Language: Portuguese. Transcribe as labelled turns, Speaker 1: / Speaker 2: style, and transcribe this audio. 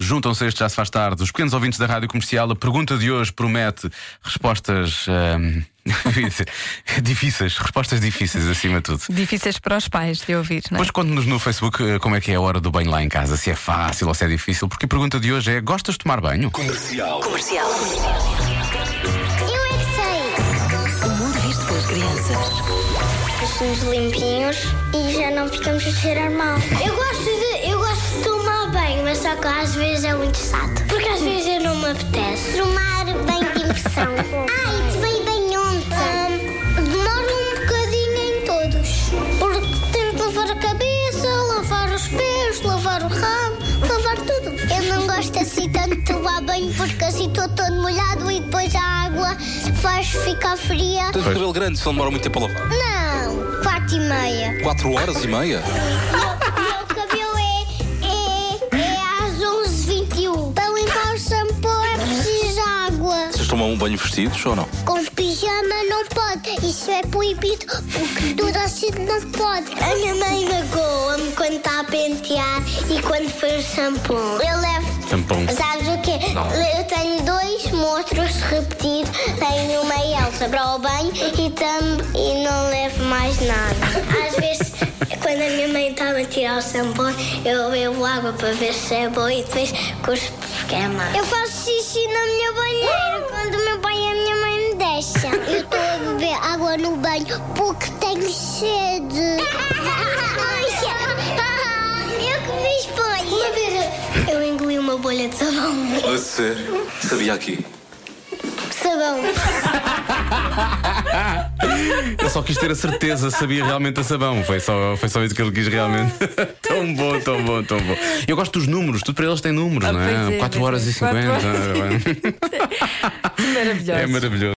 Speaker 1: Juntam-se a este Já Se Faz Tarde, os pequenos ouvintes da Rádio Comercial. A pergunta de hoje promete respostas ahm, difíceis, respostas difíceis acima de tudo.
Speaker 2: Difíceis para os pais de ouvir, não é?
Speaker 1: Depois conte-nos no Facebook eh, como é que é a hora do banho lá em casa, se é fácil ou se é difícil, porque a pergunta de hoje é: gostas de tomar banho?
Speaker 3: Comercial.
Speaker 4: Eu é que sei.
Speaker 3: O mundo visto pelas crianças.
Speaker 4: Somos limpinhos e já não ficamos a cheirar mal. Eu gosto de, eu gosto de tomar banho, mas só que às vezes é muito chato. Porque às vezes eu não me apetece. Tomar banho de impressão. Ai, tomei banho ontem. demoro um bocadinho em todos. Porque tenho que lavar a cabeça, lavar os pés, lavar o rabo, lavar tudo. Eu não gosto assim tanto de tomar banho porque assim estou todo molhado e depois a água faz ficar fria.
Speaker 5: Tens o cabelo grande, se não demora muito tempo a lavar.
Speaker 4: Não, quatro e meia.
Speaker 5: 4 horas e meia?
Speaker 4: Meu cabelo é, é, é às 11h21. Para limpar o shampoo é preciso água.
Speaker 5: Vocês tomam um banho vestidos ou não?
Speaker 4: Com pijama não pode, isso é proibido, porque tudo assim não pode. A minha mãe magoa-me quando está a pentear e quando foi o shampoo. Eu levo.
Speaker 1: Tampão.
Speaker 4: Sabes o quê? Eu tenho dois monstros repetidos, tenho uma Elsa para o banho e, tam, e não levo mais nada. Às vezes, quando a minha mãe estava a tirar o shampoo, eu bebo água para ver se é bom e depois cuspo porque é má. Eu faço xixi na minha banheira quando o meu banho a minha mãe me deixa. Eu estou a beber água no banho porque tenho sede. é- Eu que fiz bolha. Uma vez eu engoli uma bolha de sabão.
Speaker 5: A sério? Sabia aqui.
Speaker 4: Sabão.
Speaker 1: Eu só quis ter a certeza, sabia realmente a sabão. Foi só, foi só isso que ele quis realmente. tão bom, tão bom, tão bom. Eu gosto dos números, tudo para eles tem números,
Speaker 2: Ah,
Speaker 1: não
Speaker 2: pois
Speaker 1: é?
Speaker 2: é,
Speaker 1: 4
Speaker 2: pois
Speaker 1: horas
Speaker 2: é.
Speaker 1: e 50.
Speaker 2: Quatro horas e
Speaker 1: é maravilhoso.